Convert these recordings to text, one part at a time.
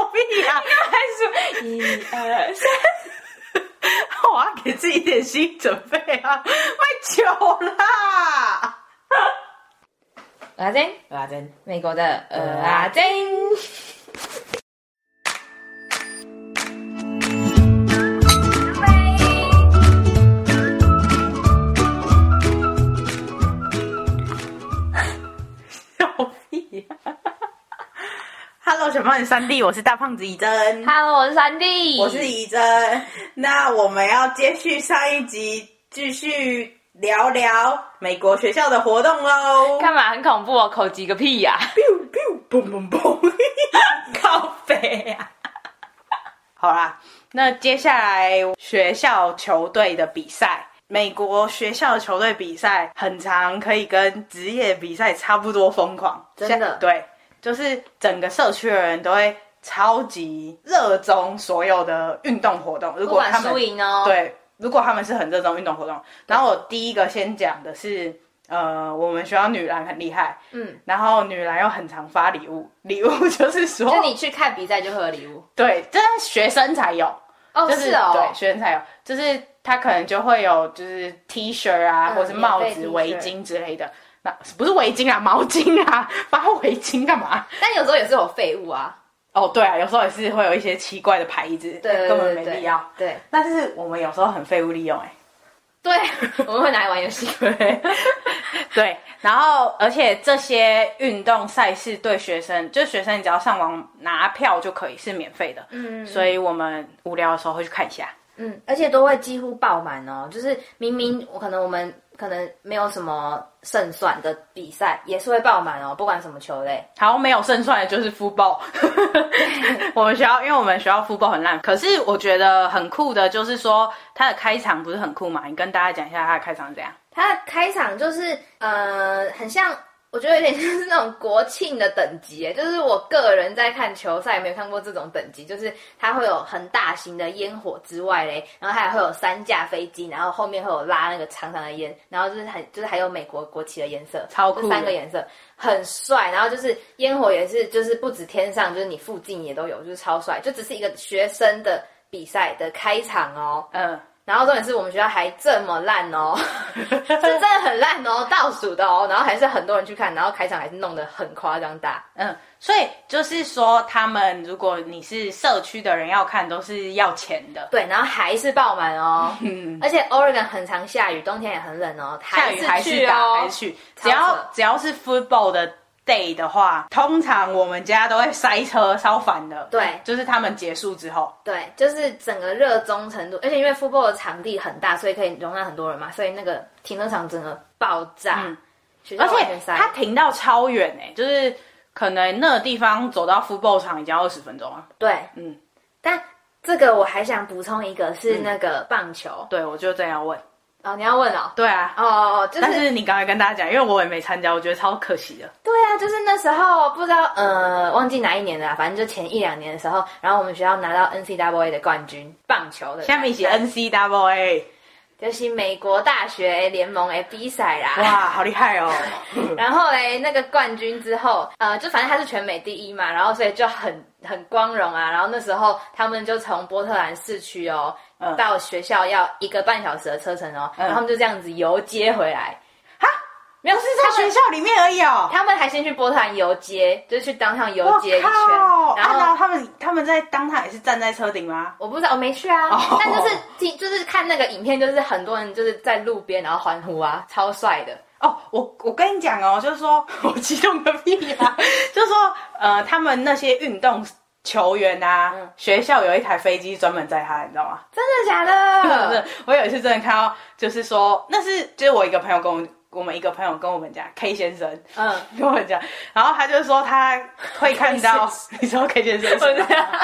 你啊！ 还说一二三，我要给自己一点心理准备啊！卖酒啦！ 阿珍，阿珍，美国的呃阿珍。 笑屁呀、Hello，小胖子三弟，我是大胖子以真， Hello，我是三弟，我是以真。那我们要接续上一集，继续聊聊美国学校的活动喽。干嘛很恐怖哦？口急个屁呀、 biu biu 嘣嘣嘣，靠北啊！好啦，那接下来学校球队的比赛，美国学校球队比赛很长，可以跟职业比赛差不多疯狂，真的像对，就是整个社区的人都会超级热衷所有的运动活动，如不果他管们输赢哦，，对，如果他们是很热衷运动活动，然后我第一个先讲的是，呃，我们学校女篮很厉害，嗯，然后女篮又很常发礼物，礼物 就是说，就你去看比赛就会有礼物对，这是学生才有，哦，就是哦对，，学生才有，就是他可能就会有就是 T 恤啊，嗯或是帽免费子、 T 围恤巾之类的。那不是围巾啊， 毛巾啊，发围巾干嘛？但有时候也是有废物啊，哦，对啊，有时候也是会有一些奇怪的牌子，对对根本对没对，必要。对但是我们有时候很废物利用、欸，对， 我们会拿来玩游戏， 对，对，然后而且这些运动赛事对学生，就是学生你只要上网拿票就可以，是免费的。嗯，所以我们无聊的时候会去看一下。嗯，而且都会几乎爆满哦。就是明明我可能我们可能没有什么胜算的比赛，也是会爆满哦，不管什么球类。好，没有胜算的就是 f o o t ball。我们学校，因为我们学校 f o o t ball 很烂，可是我觉得很酷的，就是说它的开场不是很酷嘛？你跟大家讲一下它的开场是怎样？它的开场就是呃，很像，我觉得有点像是那种国庆的等级耶，就是我个人在看球赛没有看过这种等级，就是它会有很大型的烟火之外嘞，然后还会有三架飞机，然后后面会有拉那个长长的烟，然后就是很就是还有美国国旗的颜色，超酷就三个颜色很帅，然后就是烟火也是就是不止天上，就是你附近也都有，就是超帅，就只是一个学生的比赛的开场哦。嗯，然后重点是我们学校还这么烂哦， 是真的很烂哦，倒数的哦，然后还是很多人去看，然后开场还是弄得很夸张大，嗯，所以就是说，他们如果你是社区的人要看，都是要钱的。对，然后还是爆满哦，而且 Oregon 很常下雨，冬天也很冷哦，嗯下雨还还是去打哦还，是去，只超扯要只要是 football 的 day 的话，通常我们家都会塞车超烦的。对就是他们结束之后，对，就是整个热衷程度，而且因为 football 的场地很大，所以可以容纳很多人嘛，所以那个停车场整个爆炸，嗯学校而完且全塞他停到超远哎、就是可能那个地方走到 football 场已经二十分钟了。对，嗯，但这个我还想补充一个是那个棒球、对，我就这样问。哦，你要问哦。对啊，哦哦，哦，就但是是你刚才跟大家讲，因为我也没参加，我觉得超可惜的。对啊，就是那时候不知道呃忘记哪一年了啊，反正就前一两年的时候，然后我们学校拿到 NCAA 的冠军，棒球的，下面一起 N C W A，就是美国大学联盟诶比赛啦。哇，好厉害 哦！然后嘞，那个冠军之后，呃，就反正他是全美第一嘛，然后所以就很很光荣啊。然后那时候他们就从波特兰市区哦，嗯到学校要一个半小时的车程哦，嗯然后他们就这样子游街回来。哈，没有，是是在学校里面而已哦。他们还先去波特兰游街，就是去当上游我街一圈，靠！然后啊他们他们在当他也是站在车顶吗？我不知道，我没去啊。哦但就是听，就是看那个影片，就是很多人就是在路边然后欢呼啊，超帅的。哦，我我跟你讲哦，就是说 我激动个屁啊！ 就是说呃，他们那些运动球员啊，嗯学校有一台飞机专门载他，你知道吗？真的假真的的？，我有一次真的看到，就是说那是就是我一个朋友跟我我们一个朋友跟我们讲 K 先生嗯，跟我讲，然后他就说他会看到你知道 K 先生我是知吗道。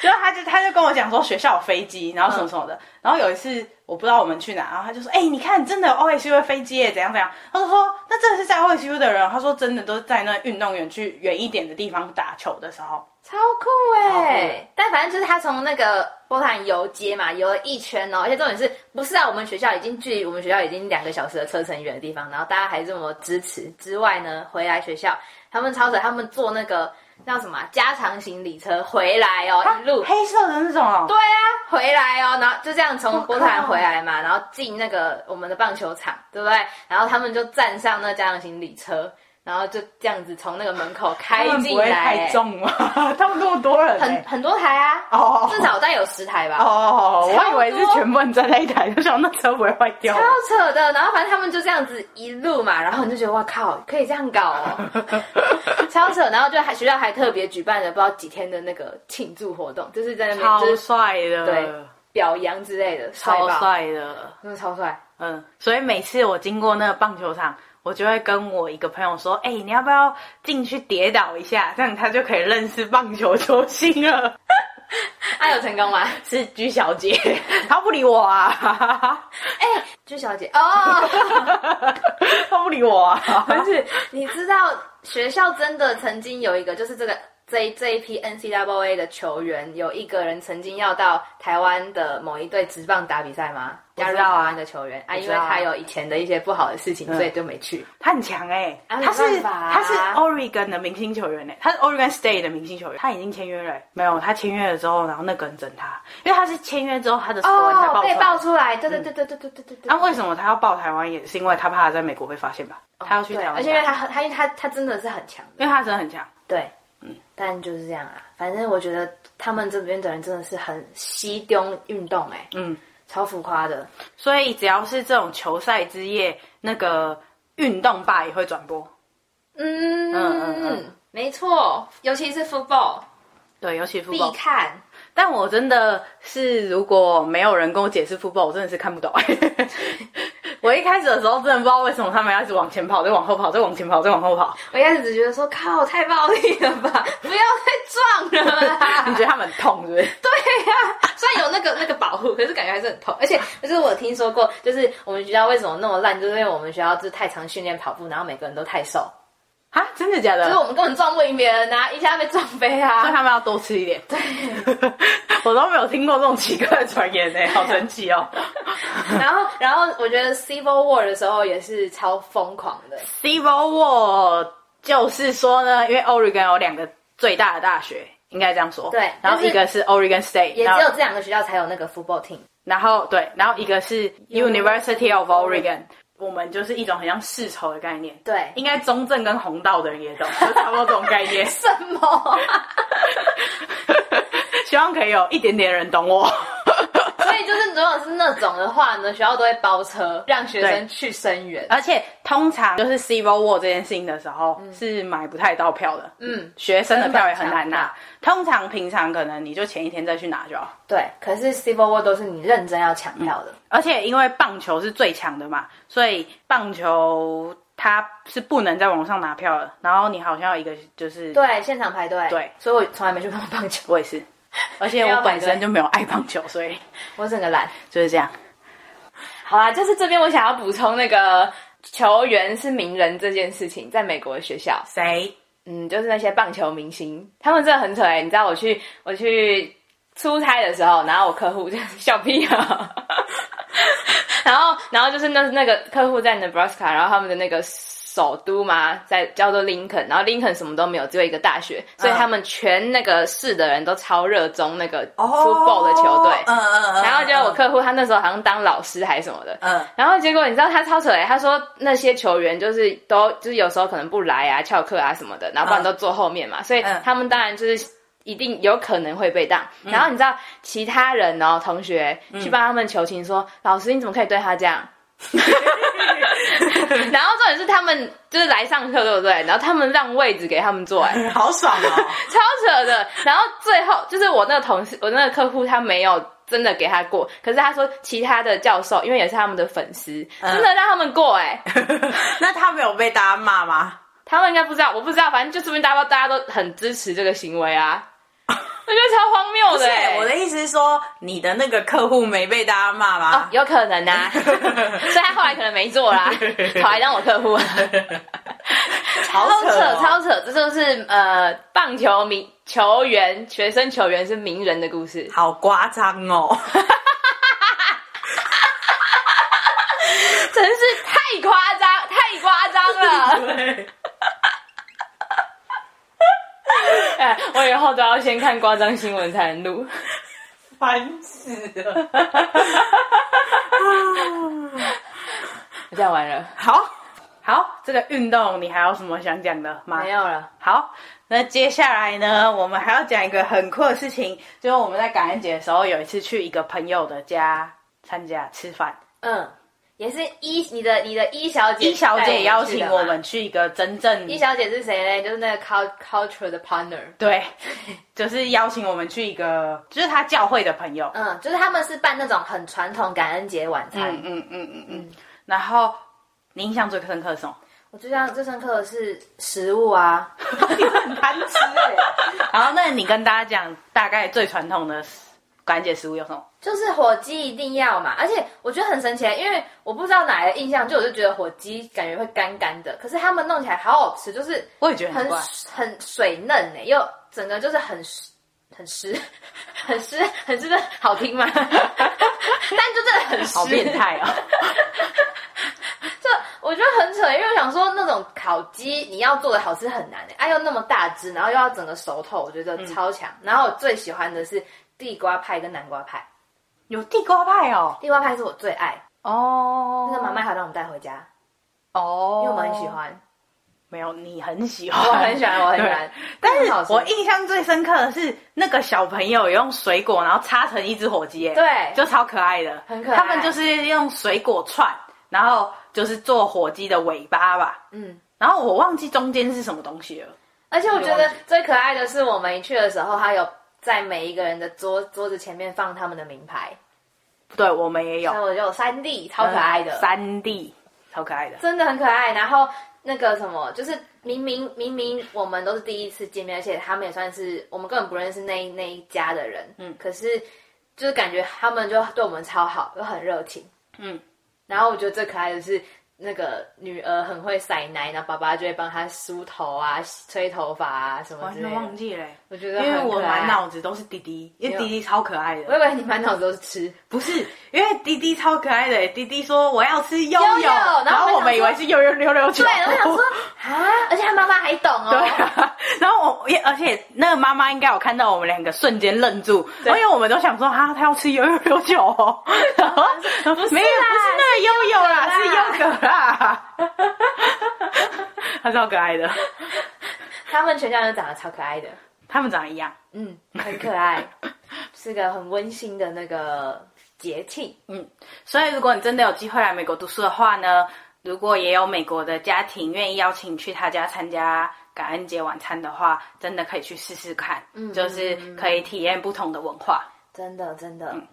然后他就他就跟我讲说学校有飞机，然后什么什么的。然后有一次我不知道我们去哪，然后他就说：“哎、你看真的有 OSU 的飞机耶，怎样怎样。”他就说：“那真的是在 OSU 的人。”他说：“真的都是在那运动员去远一点的地方打球的时候。超酷哎、超酷的但反正就是他从那个波坦游街嘛，游了一圈哦，而且重点是不是在我们学校已经距离我们学校已经两个小时的车程远的地方，然后大家还这么支持之外呢，回来学校他们超扯，他们坐那个叫什么啊加长型礼车回来哦，一路黑色的那种哦，对啊，回来哦，然后就这样从波特兰我靠回来嘛，然后进那个我们的棒球场，对不对？然后他们就站上那家长行李车，然后就这样子从那个门口他开们不进会来、太重吗？他们那么多人、很欸，很多台啊，哦至少大概有十台吧。哦，超多我以为是全部人站在一台，就想那车不会坏掉超。扯的，然后反正他们就这样子一路嘛，然后你就觉得哇靠，可以这样搞哦， 超扯。然后就还学校还特别举办了不知道几天的那个庆祝活动，就是在那边超就是帅的，对表扬之类的，帅超爆，帅的，真的超帅。嗯，所以每次我经过那个棒球场，我就会跟我一个朋友说，哎、你要不要进去跌倒一下，这样他就可以认识棒球球星了。啊，有成功吗？是鞠小 姐，她不理我啊，哎、鞠小姐哦， 她不理我啊，不是，你知道学校真的曾经有一个，就是这个这一这一批 NCAA 的球员，有一个人曾经要到台湾的某一队职棒打比赛吗？我加知入道啊台湾的球员啊，因嗯知为道啊他有以前的一些不好的事情，所以就没去。她很强哎、啊她没是办法啊她是 Oregon 的明星球员哎、她是 Oregon State 的明星球员，她已经签约了欸、没有，她签约了之后，然后那个人整她，因为她是签约之后她的丑闻才爆出哦被来。爆出来，嗯啊对对对对对对对对对。哦那、为什么她要报台湾，也是因为她怕她在美国会发现吧？她要去对，台湾打，而且因为他很他因为他他真的是很强的，因为她真的很强。对，嗯，但就是这样啊。反正我觉得他们这边的人真的是很西丢运动、哎，嗯，超浮夸的。所以只要是这种球赛之夜，那个运动吧也会转播。嗯嗯嗯没错，尤其是 football 对，尤其必 football。看，但我真的是，如果没有人跟我解释 football，我真的是看不懂。 我一开始的时候真的不知道为什么他们要一直往前跑，再往后跑，再往前跑，再往后跑。 我一开始只觉得说靠，太暴力了吧， 不要再撞 了你啦。觉得他们很痛是不是？虽然有那个那个保护，可是感觉还是很痛。而且就是我听说过，就是我们学校为什么那么烂，就是因为我们学校就是太常训练跑步，然后每个人都太瘦，啊，真的假的？就是所我们根本撞不赢别人啊，一下被撞飞啊以。 他们要多吃一点。对， 我都没有听过这种奇怪的传言呢、好神奇哦。然后，然后我觉得 Civil War 的时候也是超疯狂的， Civil War 就是说呢，因为 Oregon 有两个最大的大学，应该这样说。对然后一个是 Oregon State，也然只有后这两个学校才有那个 football team。然后对，然后一个是 University of Oregon Oregon。我们就是一种很像世仇的概念，对。应该中正跟红道的人也懂，就差不多这种概念什么？ 希望可以有一点点人懂我。 所以就是，如果是那种的话呢，学校都会包车让学生去声援。而且通常就是 Civil War 这件事情的时候，是买不太到票的，嗯，学生的票也很难真的抢拿。通常平常可能你就前一天再去拿就好。对。可是 Civil War 都是你认真要抢票的，而且因为棒球是最强的嘛，所以棒球它是不能在网上拿票的。然后你好像有一个就是，对，现场排队。对，所以我从来没去碰棒球，我也是，而且我本身就没有爱棒球，所以 我整个懒。就是这样。好啦，就是这边我想要补充那个球员是名人这件事情，在美国的学校，谁？嗯，就是那些棒球明星，他们真的很扯哎、你知道我去我去出差的时候，然后我客户就笑屁啊， 然后然后就是那那个客户在 Nebraska，然后他们的那个首都嘛，在叫做林肯，然后林肯什么都没有，只有一个大学，嗯所以他们全那个市的人都超热衷那个哦 football 的球队。嗯嗯嗯。然后就我客户他那时候好像当老师还是什么的，嗯，然后结果你知道他超扯哎、他说那些球员就是都就是有时候可能不来啊、翘课啊什么的，然后不然都坐后面嘛，所以嗯他们当然就是一定有可能会被当。然后你知道其他人哦，同学去帮他们求情说，老师你怎么可以对他这样？ 然后重点是他们就是来上课对不对？然后他们让位置给他们坐、哎。好爽 哦！超扯的。然后最后就是我那个同事，我那个客户他没有真的给他过，可是他说其他的教授，因为也是他们的粉丝，嗯真的让他们过哎、那他没有被大家骂吗？他们应该不知道，我不知道，反正就说明大家大家都很支持这个行 为啊。我觉得超荒谬的、欸，我的意思是说，你的那个客户没被大家骂吗？哦，有可 能啊，所以他后来可能没做啦，跑来当我客户啊， 好超扯扯哦超扯，这就是呃棒球名球员、学生球员是名人的故事。好夸张哦！真是太夸张，啊 太夸张了！哎， 我以后都要先看夸张新闻才能录。 烦死了。我讲完了，好，好，这个运动你还有什么想讲的吗？没有了。好，那接下来呢，我们还要讲一个很酷的事情，就是我们在感恩节的时候，有一次去一个朋友的家参加吃饭，嗯，也是一你的你的一小姐，一小姐邀请我们们去去一个真正的嘛。一小姐是谁呢？就是那个 cul- culture 的 partner，对，就是邀请我们去一个，就是他教会的朋友，嗯，就是他们是办那种很传统感恩节晚餐。嗯嗯嗯嗯嗯，然后你印象最深刻的是什么？我最像最深刻的是食物啊，贪吃哎、 然后，那你跟大家讲大概最传统的感恩节食物有什么？就是火鸡一定要嘛，而且我觉得很神奇，欸因为我不知道哪来的印象，就我就觉得火鸡感觉会干干的，可是他们弄起来好好吃，就是我也觉得很很奇怪，很水嫩呢、又整个就是很湿很湿 很湿很湿的好听吗？ 但就真的很湿，好变态 哦！这我觉得很扯，因为我想说那种烤鸡你要做的好吃很难哎、啊又那么大只，然后又要整个熟透，我觉得超强。然后我最喜欢的是地瓜派跟南瓜派，有地瓜派哦，地瓜派是我最爱，哦，那个妈妈还让我们带回家，哦，因为我们很喜，欢，没有你很喜欢，我很喜欢，我很喜欢对。但很好是吃我印象最深刻的是那个小朋友用水果，然后插成一只火鸡耶，对就超可爱的，很可爱他们就是用水果串，然后就是做火鸡的尾巴吧，嗯，然后我忘记中间是什么东西了。而且我觉得最可爱的是我们一去的时候，他有在每一个人的桌桌子前面放他们的名牌，对，我们也有那我就有三弟，超可爱的，三 D，超可爱的。真的很可爱。然后那个什么，就是明明明明我们都是第一次见面，而且他们也算是我们根本不认识那一那一家的人，嗯，可是就是感觉他们就对我们超好，又很热情，嗯。然后我觉得最可爱的是那个女儿很会塞奶，然后爸爸就会帮她梳头啊、吹头发啊什么完之类全忘的。记了欸、我觉得因很可为我爱满，脑子都是滴滴，因为没有滴滴超可爱我的。以为你满脑子都是吃，不是，因为滴滴超可爱的欸、滴滴说我要吃悠悠悠然然后后我们我们以为是悠悠溜溜球。对，我想 说啊，而且她妈妈还懂哦， 对啊，然后我也而且那个妈妈应该有看到我们两个瞬间愣住，然后因为我们都想说哈，她要吃悠悠溜球、 哦，然后没有不是那个悠悠啦，是是优悠哥啦， 她超可爱的，他们全家人都长得超可爱的，他们长得一样，嗯，很可爱，是个很温馨的那个节庆。所以，如果你真的有机会来美国读书的话呢，如果也有美国的家庭愿意邀请去他家参加感恩节晚餐的话，真的可以去试试看，嗯就是可以体验不同的文化。真的，真的，嗯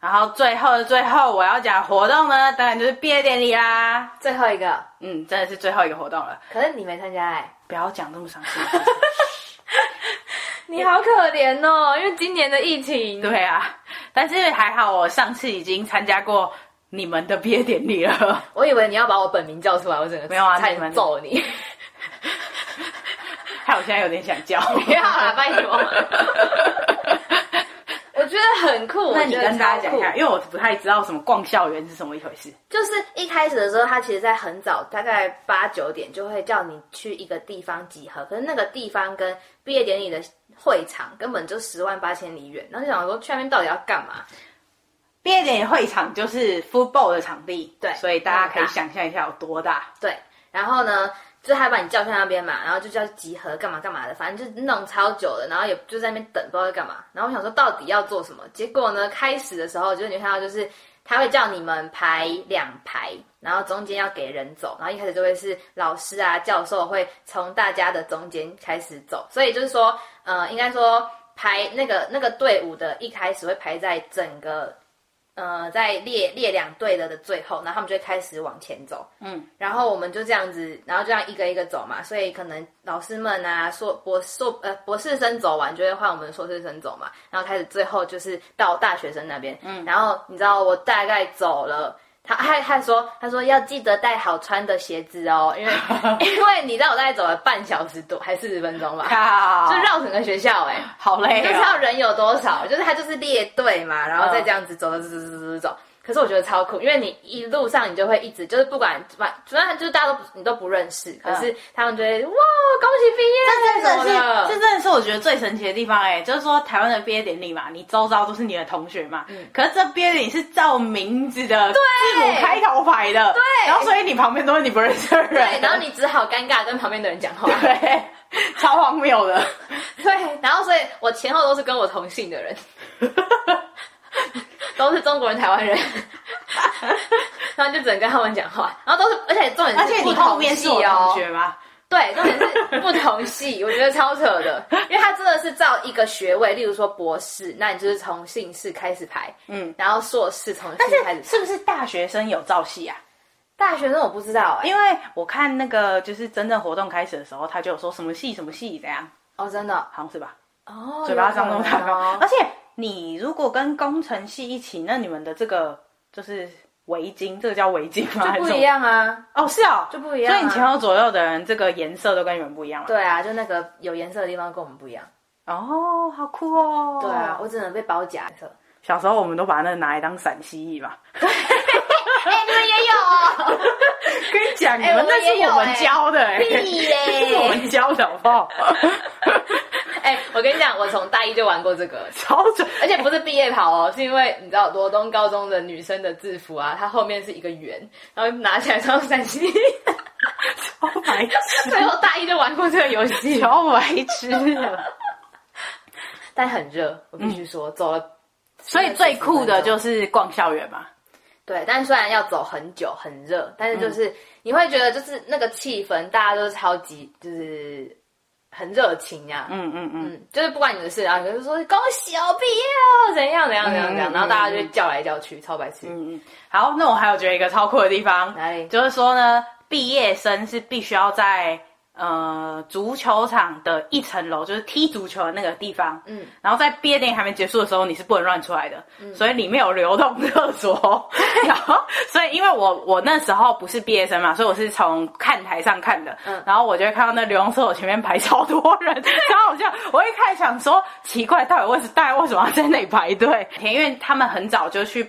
然后最后的最后，我要讲活动呢，当然就是毕业典礼啦。最后一个，嗯，真的是最后一个活动了，可是你没参加哎、不要讲这么伤心。你好可怜哦，因为今年的疫 情，对啊，但是还好我上次已经参加过你们的毕业典礼了。我以为你要把我本名叫出来，我整个没有啊差你点们揍你，害我现在有点想叫。不要啦，拜托。 我觉得很酷，那你我觉得跟大家超讲酷一下，因为我不太知道什么逛校园是什么一回事。就是一开始的时候，他其实在很早，大概八九点就会叫你去一个地方集合，可是那个地方跟毕业典礼的会场根本就十万八千里远，然后就想说去那边到底要干嘛？毕业典礼会场就是 football 的场地，对所以大家可以很大想象一下有多大。对，然后呢，就他把你叫去那边嘛，然后就叫集合干嘛干嘛的，反正就弄超久了，然后也就在那边等，不知道在干嘛。然后我想说到底要做什么，结果呢，开始的时候就是你看到就是他会叫你们排两排，然后中间要给人走，然后一开始就会是老师啊教授会从大家的中间开始走，所以就是说，呃，应该说排那个那个队伍的一开始会排在整个。呃，在列列两队的的最后，然后他们就会开始往前走。嗯然后我们就这样子，然后这样一个一个走嘛，所以可能老师们啊，硕博硕呃博士生走完，就会换我们硕士生走嘛，然后开始最后就是到大学生那边，嗯，然后你知道我大概走了。他还还说，他说要记得带好穿的鞋子哦，因为 因为你知道我大概走了半小时多，还四十分钟吧，靠就绕整个学校哎、好累你 就知道哦！人有多少， 就是他就是列队嘛，然后再这样子走走走走走走走。可是我觉得超酷，因为你一路上你就会一直就是不管，反反正就是大家都不你都不认识，可是他们就会哇恭喜毕业，嗯这真的什么是，这真的是是我觉得最神奇的地方、哎，就是说台湾的毕业典礼嘛，你周遭都是你的同学嘛，可是这毕业典礼是照名字的字母开头排的，对然后所以你旁边都是你不认识的人，对，然后你只好尴尬地跟旁边的人讲话。对，超荒谬 的，对，然后所以我前后都是跟我同姓的人， 都是中国人、台 湾人，然后就只能跟他们讲话，然后都是，而且重点是而且不你同后面是我系同哦，学吗？对，重点是不同系，我觉得超扯的，因为他真的是照一个学位，例如说博士，那你就是从姓氏开始排，嗯嗯，然后硕士从姓但开是始排，是不是大学生有照戏啊？大学生我不知道哎、因为我看那个就是真正活动开始的时候，他就有说什么戏什么戏怎样，哦，真的，好像是吧？哦，嘴巴张那有么可大能哦而且你如果跟工程系一起，那你们的这个就是围巾，这个叫围巾吗？还是不什么一样啊，哦，是哦，就不一样啊所以你前后左右的人，这个颜色都跟你们不一样嘛？对啊，就那个有颜色的地方跟我们不一样。哦，好酷哦。对啊，我只能被包夹色。小时候我们都把那个拿来当陕西裔嘛。 哎、你们也有、哦？跟你讲，你哎们我那们也是有我们哎教的、哎，屁嘞这 是我们教的好不好？ 哎、我跟你讲，我从大一就玩过这个，超准，而且不是毕业跑哦，是因为你知道罗东高中的女生的制服啊，它后面是一个圆，然后拿起来穿三七。超白痴， 最后大一就玩过这个游 戏，超白痴啊的。但很热，我必须嗯说，走了。所以最酷的就是逛校园嘛。对，但虽然要走很久很热，但是嗯就是、你会觉得就是那个气氛，大家都超级就是很热情呀、嗯嗯嗯，嗯，就是不管你的事，然后就是说恭喜我毕业哦，怎样怎样怎样怎样，嗯然后大家就叫来叫去，超白痴。好，那我还有觉得一个超酷的地方，哪里？就是说呢，毕业生是必须要在呃足球场的一层楼，就是踢足球的那个地方，嗯，然后在毕业典礼还没结束的时候，你是不能乱出来的，所以里面有流动厕 所。然后，所以因为我我那时候不是毕业生嘛，所以我是从看台上看的，嗯然后我就会看到那流动厕所前面排超多 人，然后我就我一开始想说奇怪，到底为什大家为什么要在那里排队？ 因为他们很早就去。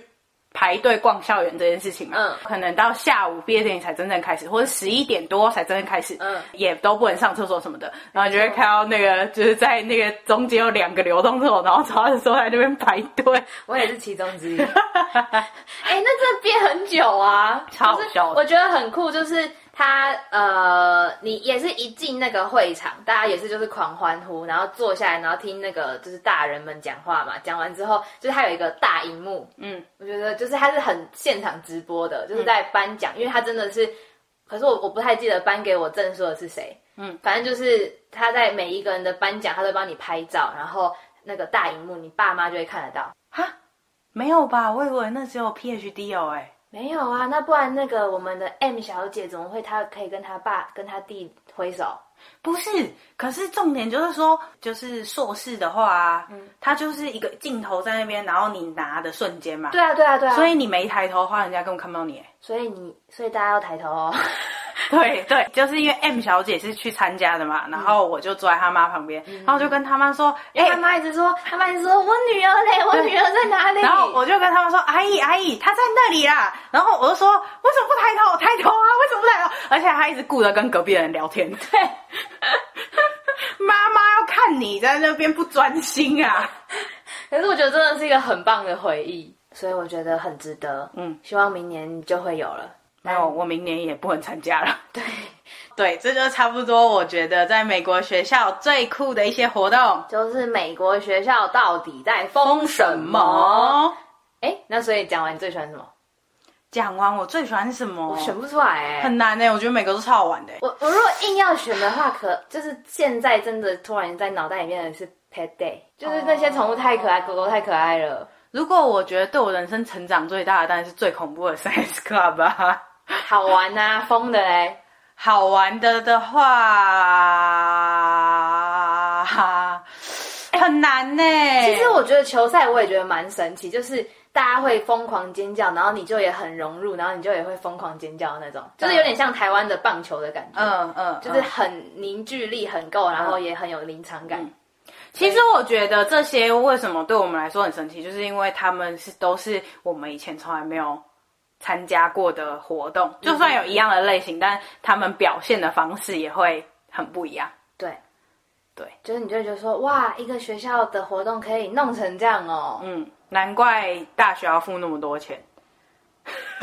排队逛校园这件事情嘛，嗯可能到下午毕业典礼才真正开始，或者十一点多才真正开始，嗯也都不能上厕所什么的，然后你就会看到那个就是在那个中间有两个流动厕所，然后超的时候在那边排队，我也是其中之一。 哎、那真的憋很久啊，超好笑的就是我觉得很酷，就是他呃，你也是一进那个会场，大家也是就是狂欢呼，然后坐下来，然后听那个就是大人们讲话嘛。讲完之后，就是他有一个大荧幕，嗯嗯，我觉得就是他是很现场直播的，就是在颁奖，因为他真的是，可是我我不太记得颁给我证书的是谁，嗯，反正就是他在每一个人的颁奖，他都帮你拍照，然后那个大荧幕，你爸妈就会看得到。没有吧？我以为那只有 PhD 哦、哎，没有啊，那不然那个我们的 M 小姐怎么会她可以跟她爸跟她弟挥手？不是，可是重点就是说，就是硕士的话、啊，嗯它就是一个镜头在那边，然后你拿的瞬间嘛，对啊，对啊，对啊。所以你没抬头的话，人家根本看不到你、哎所以你所以大家要抬头 哦。 对对，就是因为 M 小姐是去参加的嘛，然后我就坐在她妈旁边，然后我就跟她妈说，哎、她嗯妈一哎直说，她妈一直说我女儿嘞，我女儿在哪里？然后我就跟他们说：“阿姨，阿姨，她在那里啦。”然后我就说：“为什么不抬头？抬头啊，为什么不抬头？”而且他一直顾着跟隔壁的人聊 天。对，妈妈要看你在那边不专心啊。可是我觉得真的是一个很棒的回忆，所以我觉得很值得。嗯嗯，希望明年就会有了。没有，我明年也不能参加了。对，对，这就差不多。我觉得在美国学校最酷的一些活动， 就是美国学校到底在封封什什么？么？哎，那所以讲完你最喜欢什么？讲完我最喜欢什么？我选不出来哎、很难呢、欸我觉得每个都超好玩的、欸我我如果硬要选的话，可就是现在真的突然在脑袋里面的是 Pet Day，就是那些宠物太可爱，狗狗太可爱了。如果我觉得对我人生成长最大的，当然是最恐怖的 Science Club 吧。好玩呐、疯的 嘞！好玩的的话，哈很难欸呢、其实我觉得球赛我也觉得蛮神奇，就是大家会疯狂尖叫，然后你就也很融入，然后你就也会疯狂尖叫的那种，就是有点像台湾的棒球的感觉，嗯嗯，就是嗯很凝聚力很够，然后也很有临场感。其实我觉得这些为什么对我们来说很神奇，就是因为他们是都是我们以前从来没有参加过的活动，就算有一样的类型，但他们表现的方式也会很不一样。对，对，就是你就会觉得说，哇，一个学校的活动可以弄成这样哦，嗯，难怪大学要付那么多钱。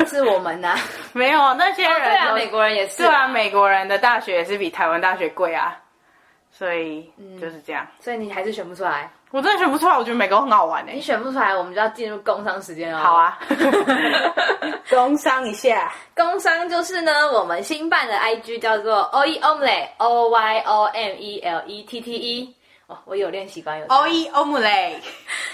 是我们呐、没有那些人 对 啊，都美国人也是，对啊，，美国人的大学也是比台湾大学贵啊，所以嗯就是这样。所以你还是选不出来，我真的选不出来，我觉得美国很好玩哎、你选不出来，我们就要进入工商时间了。好，啊，哦 工商一下， 工商就是呢，我们新办的 IG 叫做 O E Omle O Y O M E L E T T E。哦，我有练习惯有差欧一欧姆雷，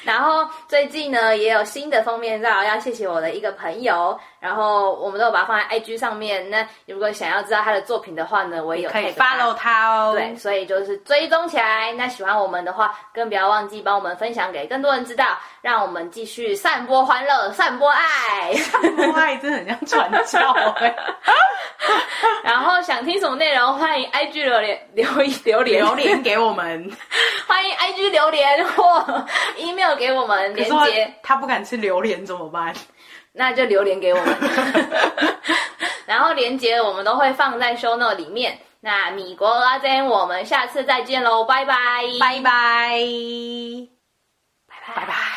然后最近呢也有新的封面照，要谢谢我的一个朋友，然后我们都有把它放在 IG 上面。那如果想要知道他的作品的话呢，我也有可以 tag 他 follow 他哦。对，，所以就是追踪起来。那喜欢我们的话，更不要忘记帮我们分享给更多人知道，让我们继续散播欢乐，散播 爱。国外真的很像传教哎、 然后想听什么内容，欢迎 IG 留言留言留言留言给我们，欢迎 IG 留言或 email 给我们 连说接，他不敢吃榴莲怎么办？那就留言给我 们。然后连接我们都会放在 show note 里面。那米国阿珍，我们下次再见喽，拜拜，拜拜，拜拜拜。